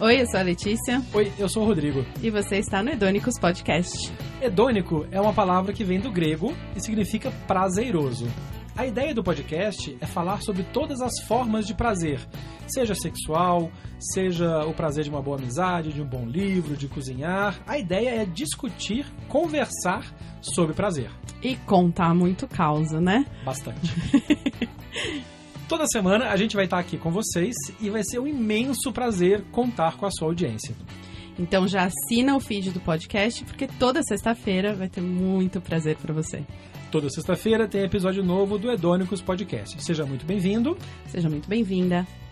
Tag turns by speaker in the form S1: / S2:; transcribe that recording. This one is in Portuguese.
S1: Oi, eu sou a Letícia
S2: Oi, eu sou o Rodrigo.
S1: e você está no Edônicos Podcast.
S2: Hedônico é uma palavra que vem do grego e significa prazeroso. A ideia do podcast é falar sobre todas as formas de prazer, seja sexual, seja o prazer de uma boa amizade, de um bom livro, de cozinhar. A ideia é discutir, conversar sobre prazer.
S1: E contar muito causa, né?
S2: Bastante. Toda semana a gente vai estar aqui com vocês e vai ser um imenso prazer contar com a sua audiência.
S1: Então já assina o feed do podcast, porque toda sexta-feira vai ter muito prazer pra você.
S2: Toda sexta-feira tem episódio novo do Hedônicos Podcast. Seja muito bem-vindo.
S1: Seja muito bem-vinda.